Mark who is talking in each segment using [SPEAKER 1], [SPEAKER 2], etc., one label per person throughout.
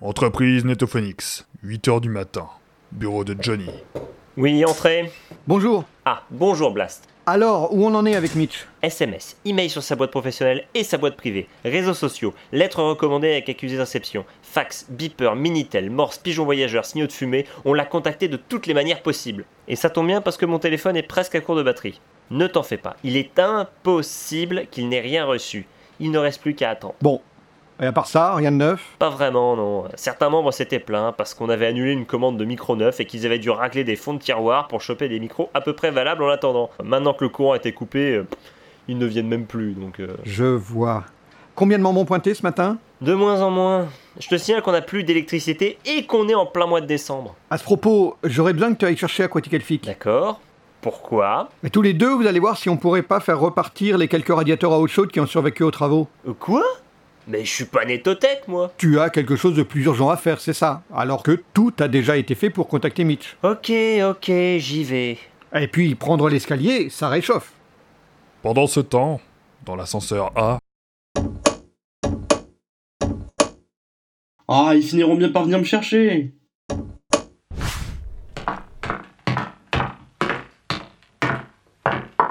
[SPEAKER 1] Entreprise Netophonix, 8h du matin. Bureau de Johnny.
[SPEAKER 2] Oui, entrez.
[SPEAKER 3] Bonjour.
[SPEAKER 2] Ah, bonjour Blast.
[SPEAKER 3] Alors, où on en est avec Mitch
[SPEAKER 2] SMS, email sur sa boîte professionnelle et sa boîte privée, réseaux sociaux, lettres recommandées avec accusé d'inception, fax, beeper, minitel, morse, pigeon voyageur, signaux de fumée, on l'a contacté de toutes les manières possibles. Et ça tombe bien parce que mon téléphone est presque à court de batterie. Ne t'en fais pas, il est impossible qu'il n'ait rien reçu. Il ne reste plus qu'à attendre.
[SPEAKER 3] Bon. Et à part ça, rien de neuf
[SPEAKER 2] Pas vraiment, non. Certains membres s'étaient plaints parce qu'on avait annulé une commande de micro neuf et qu'ils avaient dû racler des fonds de tiroir pour choper des micros à peu près valables en attendant. Maintenant que le courant a été coupé, euh, ils ne viennent même plus, donc... euh,
[SPEAKER 3] Je vois. Combien de m'ont pointé ce matin
[SPEAKER 2] De moins en moins. Je te signale qu'on n'a plus d'électricité et qu'on est en plein mois de décembre.
[SPEAKER 3] À ce propos, j'aurais besoin que tu ailles chercher Aquatic Elfic.
[SPEAKER 2] D'accord. Pourquoi
[SPEAKER 3] Mais tous les deux, vous allez voir si on pourrait pas faire repartir les quelques radiateurs à eau chaude qui ont survécu aux travaux.
[SPEAKER 2] Euh, Quoi Mais je suis pas nétothèque, moi.
[SPEAKER 3] Tu as quelque chose de plus urgent à faire, c'est ça. Alors que tout a déjà été fait pour contacter Mitch.
[SPEAKER 2] Ok, ok, j'y vais.
[SPEAKER 3] Et puis, prendre l'escalier, ça réchauffe.
[SPEAKER 1] Pendant ce temps, dans l'ascenseur A,
[SPEAKER 4] Ah, ils finiront bien par venir me chercher.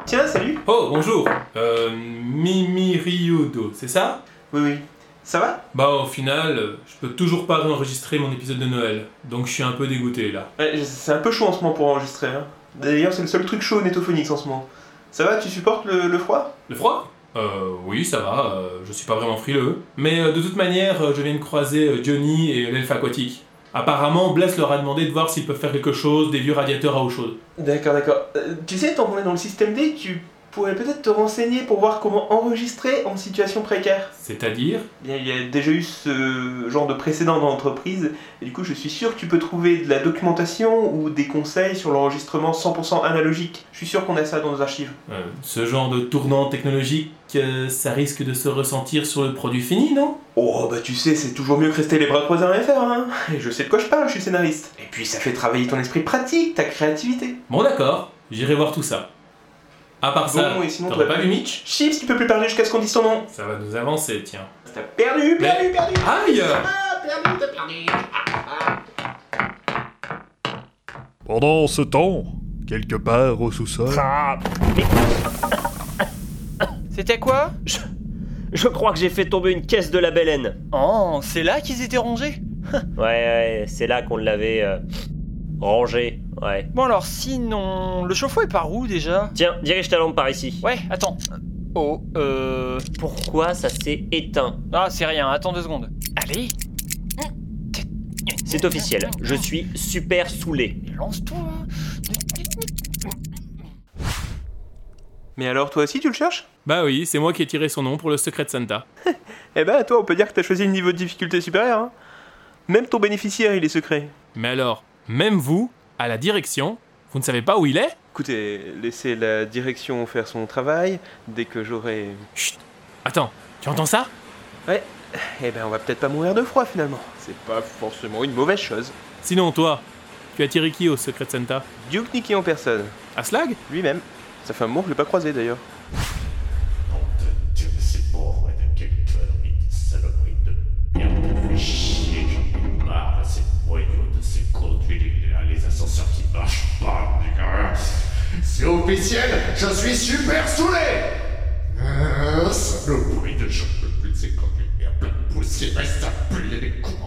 [SPEAKER 5] Tiens, salut
[SPEAKER 6] Oh, bonjour euh, Mimi Ryudo, c'est ça
[SPEAKER 5] Oui, oui. Ça va
[SPEAKER 6] Bah, au final, euh, je peux toujours pas réenregistrer mon épisode de Noël, donc je suis un peu dégoûté là.
[SPEAKER 5] Ouais, je- C'est un peu chaud en ce moment pour enregistrer. hein. D'ailleurs, c'est le seul truc chaud au Netophonix en ce moment. Ça va, tu supportes le, le froid
[SPEAKER 6] Le froid Euh, oui, ça va, euh, je suis pas vraiment frileux. Mais euh, de toute manière, euh, je viens de croiser euh, Johnny et l'elfe aquatique. Apparemment, Bless leur a demandé de voir s'ils peuvent faire quelque chose des vieux radiateurs à eau chaude.
[SPEAKER 5] D'accord, d'accord. Euh, tu sais, tant qu'on est dans le système D, tu pourrais peut-être te renseigner pour voir comment enregistrer en situation précaire.
[SPEAKER 6] C'est-à-dire
[SPEAKER 5] Bien, il y a déjà eu ce genre de précédent dans l'entreprise, et du coup, je suis sûr que tu peux trouver de la documentation ou des conseils sur l'enregistrement 100% analogique. Je suis sûr qu'on a ça dans nos archives.
[SPEAKER 6] Euh, Ce genre de tournant technologique, euh, ça risque de se ressentir sur le produit fini, non
[SPEAKER 5] Oh bah tu sais, c'est toujours mieux que rester les bras croisés en FR, hein Et je sais de quoi je parle, je suis scénariste. Et puis ça fait travailler ton esprit pratique, ta créativité.
[SPEAKER 6] Bon, d'accord, j'irai voir tout ça. À part ça,
[SPEAKER 5] Bon, et sinon,
[SPEAKER 6] t'aurais
[SPEAKER 5] t'aurais
[SPEAKER 6] pas
[SPEAKER 5] pas
[SPEAKER 6] vu Mitch
[SPEAKER 5] Chips, tu peux plus parler jusqu'à ce qu'on dise son nom.
[SPEAKER 6] Ça va nous avancer, tiens.
[SPEAKER 5] T'as perdu, perdu, perdu
[SPEAKER 6] Aïe
[SPEAKER 5] Ah, perdu, t'as perdu
[SPEAKER 1] pendant ce temps, quelque part au sous-sol,
[SPEAKER 7] Ah. C'était quoi
[SPEAKER 2] Je crois que j'ai fait tomber une caisse de la baleine.
[SPEAKER 7] Oh, c'est là qu'ils étaient rangés
[SPEAKER 2] Ouais, ouais, c'est là qu'on l'avait euh, rangé. Ouais.
[SPEAKER 7] Bon alors, sinon... Le chauffe-eau est par où déjà
[SPEAKER 2] Tiens, dirige ta lampe par ici.
[SPEAKER 7] Ouais, attends. Oh, euh...
[SPEAKER 2] Pourquoi ça s'est éteint
[SPEAKER 7] Ah, c'est rien, attends deux secondes. Allez
[SPEAKER 2] C'est officiel, je suis super saoulé.
[SPEAKER 7] Lance-toi
[SPEAKER 5] Mais alors, toi aussi, tu le cherches
[SPEAKER 6] Bah oui, c'est moi qui ai tiré son nom pour le secret de Santa.
[SPEAKER 5] Eh bah, toi, on peut dire que t'as choisi le niveau de difficulté supérieur, hein Même ton bénéficiaire, il est secret.
[SPEAKER 6] Mais alors, même vous, à la direction, vous ne savez pas où il est
[SPEAKER 5] Écoutez, laissez la direction faire son travail, dès que j'aurai...
[SPEAKER 6] Chut Attends, tu entends ça
[SPEAKER 5] Eh ben, on va peut-être pas mourir de froid, finalement. C'est pas forcément une mauvaise chose.
[SPEAKER 6] Sinon, toi, tu as tiré qui au secret de Santa
[SPEAKER 5] Duke Nicky en personne.
[SPEAKER 6] À Slag
[SPEAKER 5] Lui-même. Ça fait un moment que je l'ai pas croisé d'ailleurs.
[SPEAKER 8] Dieu, c'est pauvre et de quelle connerie, de saloperie, de merde, fais chier, j'en ai marre à ces voyous, de ces conduits, les, les ascenseurs qui marchent pas, les gars. C'est officiel, je suis super saoulé Euh, Ah, saloperie de j'en peux plus de ces conduits, merde, plein de poussière, ça pue les coups